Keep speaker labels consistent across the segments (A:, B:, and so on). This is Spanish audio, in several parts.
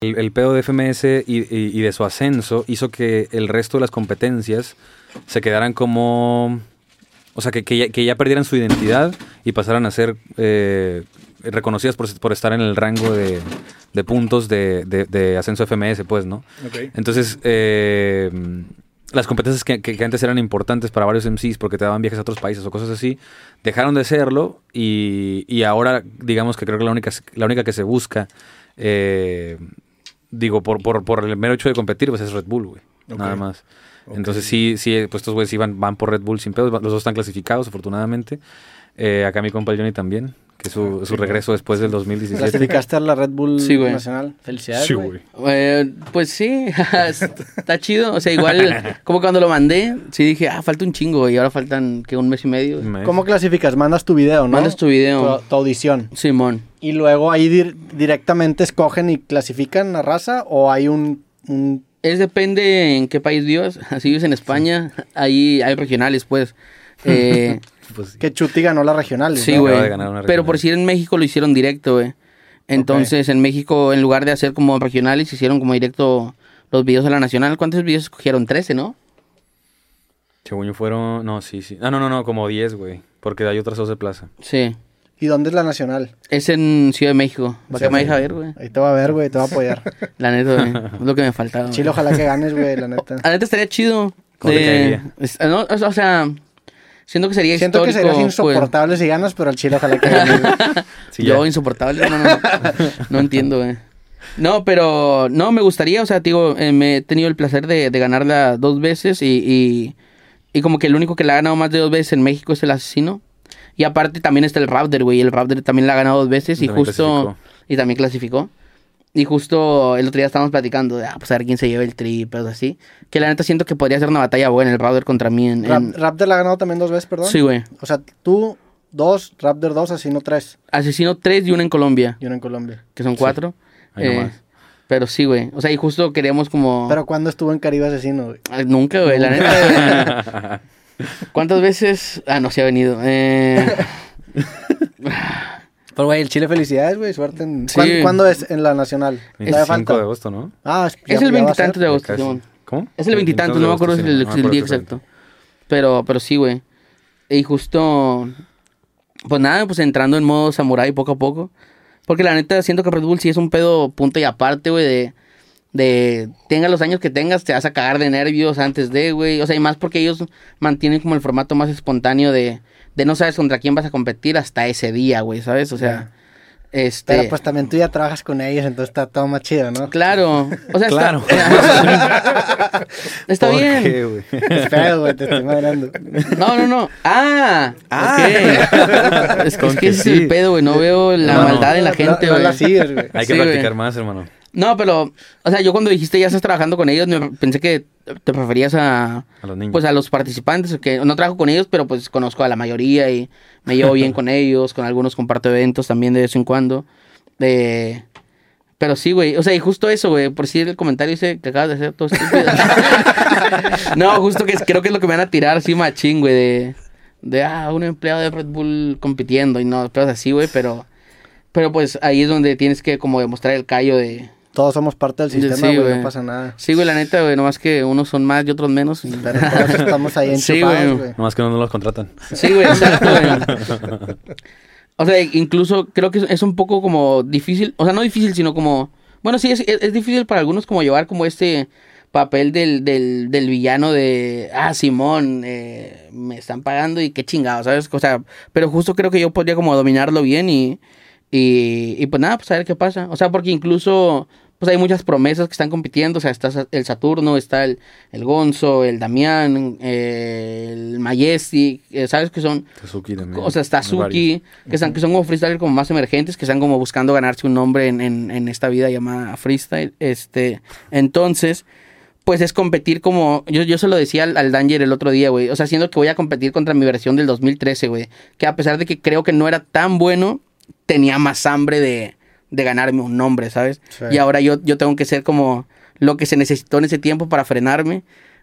A: el, el pedo de FMS y, y- y de su ascenso hizo que el resto de las competencias se quedaran como... O sea, que, que ya, que ya perdieran su identidad y pasaran a ser eh, reconocidas por, por estar en el rango de, de puntos de, de- de ascenso FMS, pues, ¿no?
B: Ok.
A: Entonces, eh, las competencias que, que- que antes eran importantes para varios MCs porque te daban viajes a otros países o cosas así, dejaron de serlo y, y ahora, digamos que creo que la única, la única que se busca, eh, digo, por, por, por el mero hecho de competir, pues es Red Bull, güey.
B: Ok.
A: Nada más.
B: Ok.
A: Entonces sí, sí, pues estos güeyes sí van, van por Red Bull sin pedos. Los dos están clasificados, afortunadamente. Eh, acá mi compa el Johnny también, que es
B: Ah,
A: su, su regreso después del 2017.
C: ¿Clasificaste a la Red Bull
D: Sí, güey.
C: Nacional?
D: Felicidades.
B: Sí,
D: güey.
B: güey.
D: Eh, pues sí, está chido. O sea, igual, como cuando lo mandé, sí dije, ah, falta un chingo. Y ahora faltan, que Un mes y medio.
A: Me-
C: ¿Cómo clasificas? Mandas tu video, ¿no?
D: Mandas tu video.
C: Tu, tu audición.
D: Simón.
C: Y luego ahí dir- directamente escogen y clasifican a raza o hay un... un-
D: Es depende en qué país vivas. Si vives en España, ahí hay regionales, pues. Eh,
A: Pues sí.
C: que Chuti ganó las regionales,
D: sí,
C: ¿no?
A: Acaba
D: güey.
A: de ganar una
D: Pero
A: regional.
D: por si en México lo hicieron directo, güey. Entonces, en México, en lugar de hacer como regionales, hicieron como directo los videos de la nacional. ¿Cuántos videos escogieron? 13, ¿no?
A: Según yo fueron... No, sí, sí. Ah, no, no, no, como 10, güey. Porque hay otras dos de plaza.
D: Sí.
C: ¿Y dónde es la nacional?
D: Es en Ciudad de México. ¿Para qué me deja ver, güey?
C: Ahí te va a ver, güey, te va a apoyar.
D: La neta, güey. Es lo que me faltaba. güey.
C: Chile, ojalá que ganes, güey, la neta.
D: La neta estaría chido.
A: ¿Cómo te
D: Eh,
A: caería?
D: es- no, o, sea, o sea, siento que sería
C: Siento que
D: histórico.
C: serías
D: pues.
C: insoportable si ganas, pero al Chile ojalá que ganes. güey.
A: Sí,
D: Yo
A: ya.
D: insoportable, hermano. no entiendo, güey. No, pero no, me gustaría, o sea, te digo, eh, me he tenido el placer de, de ganarla dos veces y, y, y como que el único que la ha ganado más de dos veces en México es el asesino. Y aparte también está el Raptor, güey. El Raptor también la ha ganado dos veces y
A: También
D: justo...
A: clasificó.
D: Y también clasificó. Y justo el otro día estábamos platicando de, ah, pues a ver quién se lleva el tri, pero así. Que la neta siento que podría ser una batalla buena el Raptor contra mí en...
C: Rap,
D: en-
C: Raptor la ha ganado también dos veces, perdón.
D: Sí, güey.
C: O sea, tú dos, Raptor dos, así no tres.
D: Asesino tres y uno en Colombia,
C: Y uno en Colombia.
D: que son cuatro.
A: Ahí
D: Eh,
A: nomás.
D: pero sí, güey. O sea, y justo queríamos como...
C: Pero ¿cuándo estuvo en Caribe Asesino, güey?
D: Ay, Nunca, güey, la neta. güey. ¿Cuántas veces? Ah, no, se ha venido. Eh,
C: Pero, güey, el Chile, felicidades, güey, suerte en...
D: Sí.
C: ¿Cuán- ¿Cuándo es en la nacional? Todavía
A: 25 de agosto, ¿no?
C: Ah, ya-
D: es
C: ya va
D: el
C: a ser.
D: veintitantos de agosto,
A: Casi.
D: Simón.
A: ¿Cómo?
D: Es el veintitantos, no me acuerdo
A: sí,
D: el,
A: no me
D: el
A: acuerdo
D: día exacto. Pero, pero sí, güey. Y justo, pues nada, pues entrando en modo samurái poco a poco. Porque la neta siento que Red Bull sí es un pedo punto y aparte, güey, de, de tenga los años que tengas, te vas a cagar de nervios antes de, güey. O sea, y más porque ellos mantienen como el formato más espontáneo de, de no sabes contra quién vas a competir hasta ese día, güey, ¿sabes? O sea, este...
C: Pero pues también tú ya trabajas con ellos, entonces está todo más chido, ¿no?
D: Claro, o sea,
A: Claro.
D: está, está
A: ¿Por
D: bien.
A: qué, güey?
C: Es feo, güey, te estoy madrando.
D: No, no, no. Ah,
A: Ah.
D: ok. Es que,
A: Con
D: es que
A: que
D: ese es
A: sí.
D: el pedo, güey. No veo la
A: No, no.
D: maldad en la
C: Eh, No,
D: gente,
C: no
D: güey.
C: la sigues, güey.
A: Hay que
D: Sí, güey.
A: practicar más, hermano.
D: No, pero, o sea, yo cuando dijiste ya estás trabajando con ellos, me pensé que te referías a,
A: A los niños.
D: pues, a los participantes, que no trabajo con ellos, pero pues conozco a la mayoría y me llevo bien con ellos, con algunos comparto eventos también de vez en cuando. Eh, pero sí, güey, o sea, y justo eso, güey, por si el comentario dice que acabas de hacer todo estúpido. no, justo que es- creo que es lo que me van a tirar así machín, güey, de, de, ah, un empleado de Red Bull compitiendo y no, pero así, güey, pero... Pero pues ahí es donde tienes que como demostrar el callo de,
C: Todos somos parte del sistema,
D: Sí,
C: güey,
D: güey.
C: no pasa nada.
D: Sí, güey, la neta, güey, nomás que unos son más y otros menos. y-
C: Pero todos estamos ahí
D: Sí,
C: enchufados,
D: güey.
C: güey.
A: Nomás que no nos los contratan.
D: Sí, güey, exacto, güey. O sea, incluso creo que es- es un poco como difícil, o sea, no difícil, sino como, bueno, sí, es, es- es difícil para algunos como llevar como este papel del, del, del villano de, ah, Simón, eh, me están pagando y qué chingado, ¿sabes? O sea, pero justo creo que yo podría como dominarlo bien y, y, y pues nada, pues a ver qué pasa. O sea, porque incluso, pues hay muchas promesas que están compitiendo, o sea, está Sa- el Saturno, está el, el Gonzo, el Damián, eh, el Majestic, eh, ¿sabes? Que son...
A: Suzuki también.
D: O sea, está
A: Hay varios.
D: Suki, que, son, que son como freestyle como más emergentes, que están como buscando ganarse un nombre en, en- en esta vida llamada freestyle. Este, entonces, pues es competir como. Yo, yo se lo decía al, al Danger el otro día, güey. O sea, siendo que voy a competir contra mi versión del 2013, güey. Que a pesar de que creo que no era tan bueno, tenía más hambre de, de ganarme un nombre, ¿sabes?
C: Sí.
D: Y ahora yo, yo tengo que ser como lo que se necesitó en ese tiempo para frenarme.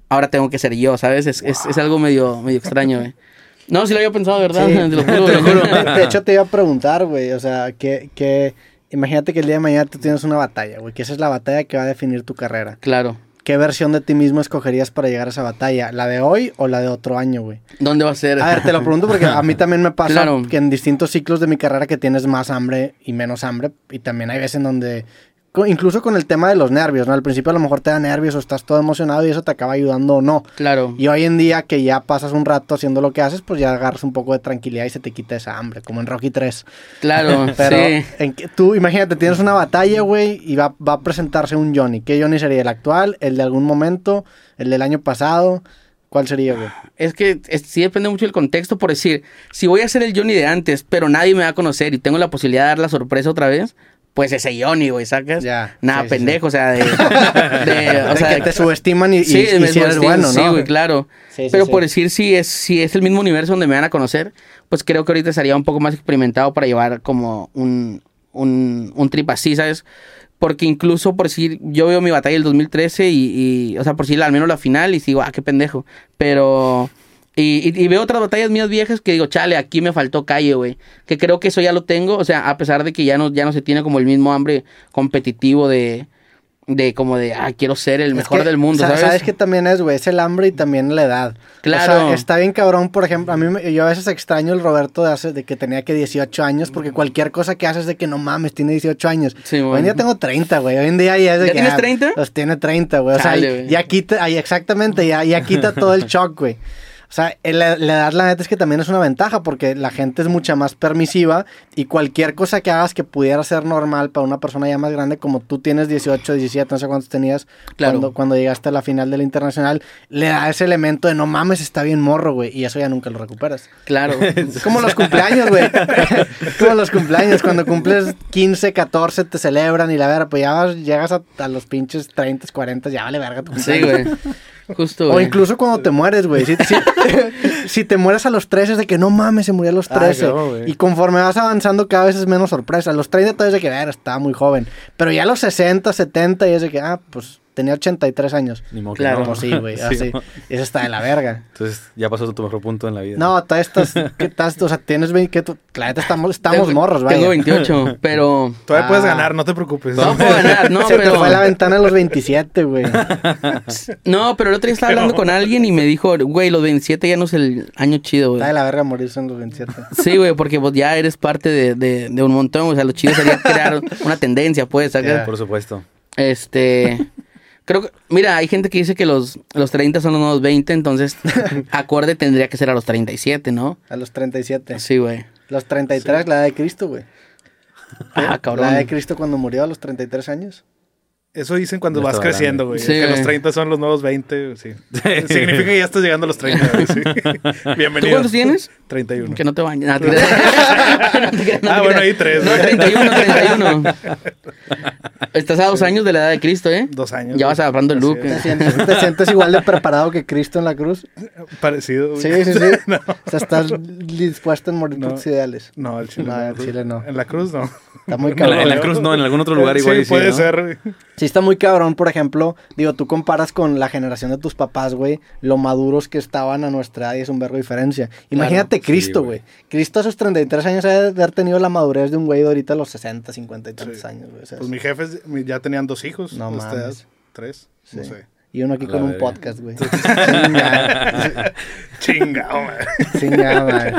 D: Ahora tengo que ser yo, ¿sabes? Es, es- es algo medio, medio extraño, eh. güey. No, si lo había pensado, de ¿verdad?
C: Sí.
D: Te lo juro, te lo juro.
C: De, de hecho, te iba a preguntar, güey, o sea, ¿qué, qué Imagínate que el día de mañana tú tienes una batalla, güey, que esa es la batalla que va a definir tu carrera.
D: Claro.
C: ¿Qué versión de ti mismo escogerías para llegar a esa batalla? ¿La de hoy o la de otro año, güey?
D: ¿Dónde va a ser?
C: A ver, te lo pregunto porque a mí también me pasa
D: Claro.
C: que en distintos ciclos de mi carrera que tienes más hambre y menos hambre. Y también hay veces en donde, co- incluso con el tema de los nervios, ¿no? Al principio a lo mejor te da nervios o estás todo emocionado y eso te acaba ayudando o no.
D: Claro.
C: Y hoy en día que ya pasas un rato haciendo lo que haces, pues ya agarras un poco de tranquilidad y se te quita esa hambre, como en Rocky 3.
D: Claro,
C: Pero
D: sí.
C: en que- tú imagínate, tienes una batalla, güey, y va, va a presentarse un Johnny. ¿Qué Johnny sería? ¿El actual? ¿El de algún momento? ¿El del año pasado? ¿Cuál sería, güey?
D: Es que es- sí depende mucho del contexto, por decir, si voy a ser el Johnny de antes, pero nadie me va a conocer y tengo la posibilidad de dar la sorpresa otra vez, pues ese Johnny, güey, ¿sacas?
C: Ya,
D: Nada,
C: sí, sí,
D: pendejo, o sea, de... de- o
C: De
D: sea,
C: que te subestiman y, y-
D: sí,
C: y
D: me
C: si eres
D: subestimo,
C: bueno, ¿no?
D: Sí, güey, claro.
C: Sí, sí,
D: pero
C: sí.
D: por decir, si es, si es el mismo universo donde me van a conocer, pues creo que ahorita estaría un poco más experimentado para llevar como un, un, un trip así, ¿sabes? Porque incluso por decir, yo veo mi batalla del 2013 y, y, o sea, por si al menos la final y digo, ah, qué pendejo. Pero... Y, y- y veo otras batallas mías viejas que digo, chale, aquí me faltó calle, güey. Que creo que eso ya lo tengo, o sea, a pesar de que ya no, ya no se tiene como el mismo hambre competitivo de... De como de, ah, quiero ser el
C: Es
D: mejor
C: que,
D: del mundo,
C: sa-
D: ¿sabes?
C: que también es, güey, es el hambre y también la edad.
D: Claro.
C: O sea, está bien cabrón, por ejemplo, a mí me- yo a veces extraño el Roberto de hace de que tenía que 18 años porque cualquier cosa que haces de que no mames, tiene 18 años.
D: Mm. Sí,
C: Hoy en
D: bueno.
C: día tengo 30, güey. Hoy en día ya es de
D: ¿Ya
C: que,
D: tienes
C: ah,
D: 30?
C: Los tiene 30, güey. O sea,
D: Chale, güey.
C: ya quita ahí exactamente, ya, ya quita todo el shock, güey. O sea, el- la edad, la neta es que también es una ventaja porque la gente es mucha más permisiva y cualquier cosa que hagas que pudiera ser normal para una persona ya más grande, como tú tienes 18, 17, no sé cuántos tenías
D: Claro.
C: cuando, cuando llegaste a la final del internacional, le da ese elemento de no mames, está bien morro, güey, y eso ya nunca lo recuperas.
D: Claro.
C: Es como los cumpleaños, güey. Es como los cumpleaños. Cuando cumples 15, 14, te celebran y la verga, pues ya vas- llegas a, a los pinches 30, 40, ya vale verga tu
D: Sí,
C: cumpleaños.
D: güey. Justo,
C: O
D: güey.
C: incluso cuando te mueres, güey. Si, si- si te mueres a los 13, es de que no mames, se murió a los
A: Ah,
C: 13.
A: claro, güey.
C: y conforme vas avanzando, cada vez es menos sorpresa. A los 30 todavía es de que, ver, estaba muy joven. Pero ya a los 60, 70, y es de que, ah, pues tenía 83 años.
A: Ni modo que
D: Claro.
A: no.
C: Pues sí, güey. así.
A: mo-
C: Eso está de la verga.
A: Entonces ya pasó tu mejor punto en la vida.
C: No, todavía estás, que estás, o sea, tienes 20, que tú- la neta estamos, estamos
D: Tengo-
C: morros, vaya.
D: Tengo 28, pero.
B: Todavía
C: Ah.
B: puedes ganar, no te preocupes.
D: No puedo ganar, no,
C: Se te
D: pero.
C: fue la ventana a los 27, güey.
D: No, pero el otro día estaba hablando con alguien y me dijo, güey, los 27 ya no es el año chido, güey.
C: Está de la verga morirse en los 27.
D: Sí, güey, porque vos ya eres parte de, de, de un montón. O sea, lo chido sería crear una tendencia, pues, ¿sacas?
A: Por supuesto.
D: Este. Creo que. Mira, hay gente que dice que los, los 30 son los nuevos 20, entonces. acorde tendría que ser a los 37, ¿no?
C: A los 37.
D: Sí, güey.
C: Los 33, la edad de Cristo, güey.
D: Ah, cabrón.
C: La edad de Cristo cuando murió a los 33 años.
B: Eso dicen cuando
A: Ya
B: vas
A: estaba
B: creciendo, güey.
D: grande. Sí,
B: que los
D: güey.
B: 30 son los nuevos 20, güey, sí. Significa que ya estás llegando a los 30, güey, sí. Bienvenido.
D: ¿Tú cuántos tienes?
B: 31.
D: Que no te bañes. No, te creas. No te creas, no
B: Ah,
D: te
B: bueno,
D: creas.
B: ahí tres,
D: No,
B: güey.
D: 31, 31. Estás a dos años de la edad de Cristo, ¿eh?
B: Dos años. güey.
D: Ya vas agarrando el
B: Así
D: look.
B: es.
C: ¿Te sientes, te sientes igual de preparado que Cristo en la cruz?
B: Parecido, güey.
C: Sí, sí, sí. O sea, estás dispuesto a morir por tus ideales.
B: No, el chile
C: No, al chile no.
B: En la cruz no.
C: Está muy
A: En
C: cabrón.
A: la, en la cruz no, en algún otro lugar
B: Sí,
A: igual. y
B: puede
A: ¿no?
B: ser, güey.
C: Sí está muy cabrón, por ejemplo, digo, tú comparas con la generación de tus papás, güey, lo maduros que estaban a nuestra edad y es un verbo de diferencia. Imagínate
A: Sí,
C: Cristo,
A: güey.
C: güey. Cristo a sus 33 años ha de haber tenido la madurez de un güey de ahorita a los 60, 50 y tantos
B: Sí.
C: años, güey. o sea,
B: Pues mis jefes mi- ya tenían dos hijos.
C: No
B: de esta
C: mames.
B: edad. Tres. No
C: sí.
B: sé.
C: Y uno aquí
A: A la
C: con un
A: verga.
C: podcast, güey. Chinga,
B: Chingado, güey.
C: chinga, madre.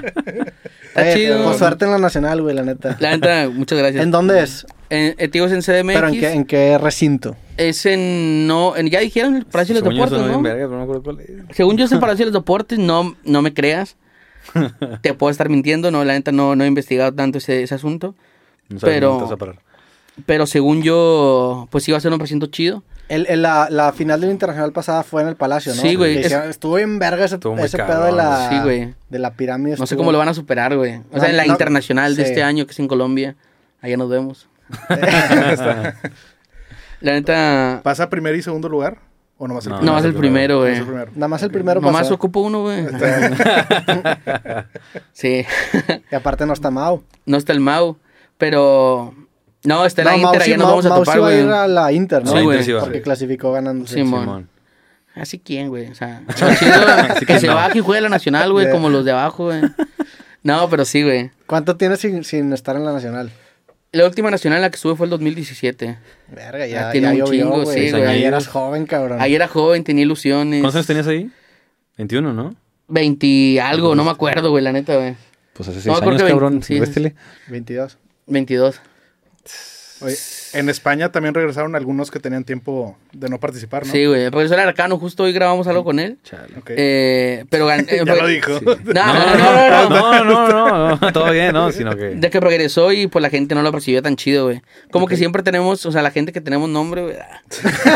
C: Oye,
D: chido.
C: Por suerte en la nacional, güey, la neta.
D: La neta, muchas gracias.
C: ¿En dónde es?
D: En, eh, te digo, es en CDMX.
C: ¿Pero en qué, en qué recinto?
D: Es en. No, en- ya dijeron el Palacio de los
A: Según yo,
D: Deportes,
A: suena bien
D: este ¿no?
A: verga, pero no me acuerdo cuál es.
D: Según yo, es el Palacio de los Deportes, no, no me creas. Te puedo estar mintiendo, no, la neta no, no he investigado tanto ese, ese asunto.
A: No sabes
D: Pero-
A: dónde te vas a parar.
D: Pero según yo, pues iba a ser un recinto chido.
C: El, el- la, la final del internacional pasada fue en el Palacio, ¿no?
D: Sí, güey,
C: Que
D: es-
C: hicieron- Estuvo en verga ese,
A: Estuvo muy
C: ese
A: cabrón,
C: pedo de la,
D: sí, güey.
C: de la pirámide.
D: No sé cómo lo van a superar, güey. O
C: No,
D: sea, en la
C: no,
D: internacional de
C: sí.
D: este año, que es en Colombia. Allá nos vemos. la neta,
B: ¿Pasa primer y segundo lugar? ¿O nomás el
A: No,
B: primero?
D: no vas el primero,
B: Nomás
D: güey.
B: el primero.
C: Nada más el primero
D: Nomás
C: pasó.
D: ocupo uno, güey. sí.
C: Y aparte no está Mao.
D: no está el Mau, pero... No, está en la
C: No,
D: Inter,
C: sí-
D: allá nos
C: Mao-
D: vamos a
C: Mao sí
D: topar,
C: va
D: güey.
C: ir a la Inter, ¿no?
A: Sí,
D: güey.
A: Sí, va.
C: Porque
A: Sí.
C: clasificó ganando. sí.
D: Simón.
A: Simón.
D: Así quién, güey. O sea, lo chido, que,
A: que
D: se
A: no.
D: baje y juegue la Nacional, güey,
C: Yeah.
D: como los de abajo, güey. No, pero sí, güey.
C: ¿Cuánto tienes sin, sin estar en la Nacional?
D: La última nacional en la que estuve fue el 2017.
C: Verga, ya,
D: Ah, tiene
C: ya
D: un
C: llovió,
D: chingo,
C: güey.
D: sí,
C: Ahí
A: güey.
C: eras joven, cabrón.
D: Ahí era joven, tenía ilusiones.
A: ¿Cuántos años tenías ahí? 21, ¿no?
D: 20 algo, no me acuerdo, güey, la neta, güey.
A: Pues hace
D: No,
A: seis
D: creo
A: años,
D: que veinte,
A: cabrón.
D: sí, sí, sí.
A: réstele.
C: 22.
D: 22.
B: Oye, en España también regresaron algunos que tenían tiempo de no participar, ¿no?
D: Sí, güey. Profesor Arcano, justo hoy grabamos algo con él.
A: Chale.
B: Ok.
D: Eh, pero gan- eh,
B: ya
D: pro-
B: lo dijo.
D: No, no, no, no, no.
A: no, no, no, no, todo bien, no, sino que...
D: De que progresó y pues la gente no lo percibió tan chido, güey. Como que siempre tenemos, o sea, la gente que tenemos nombre, güey. ah.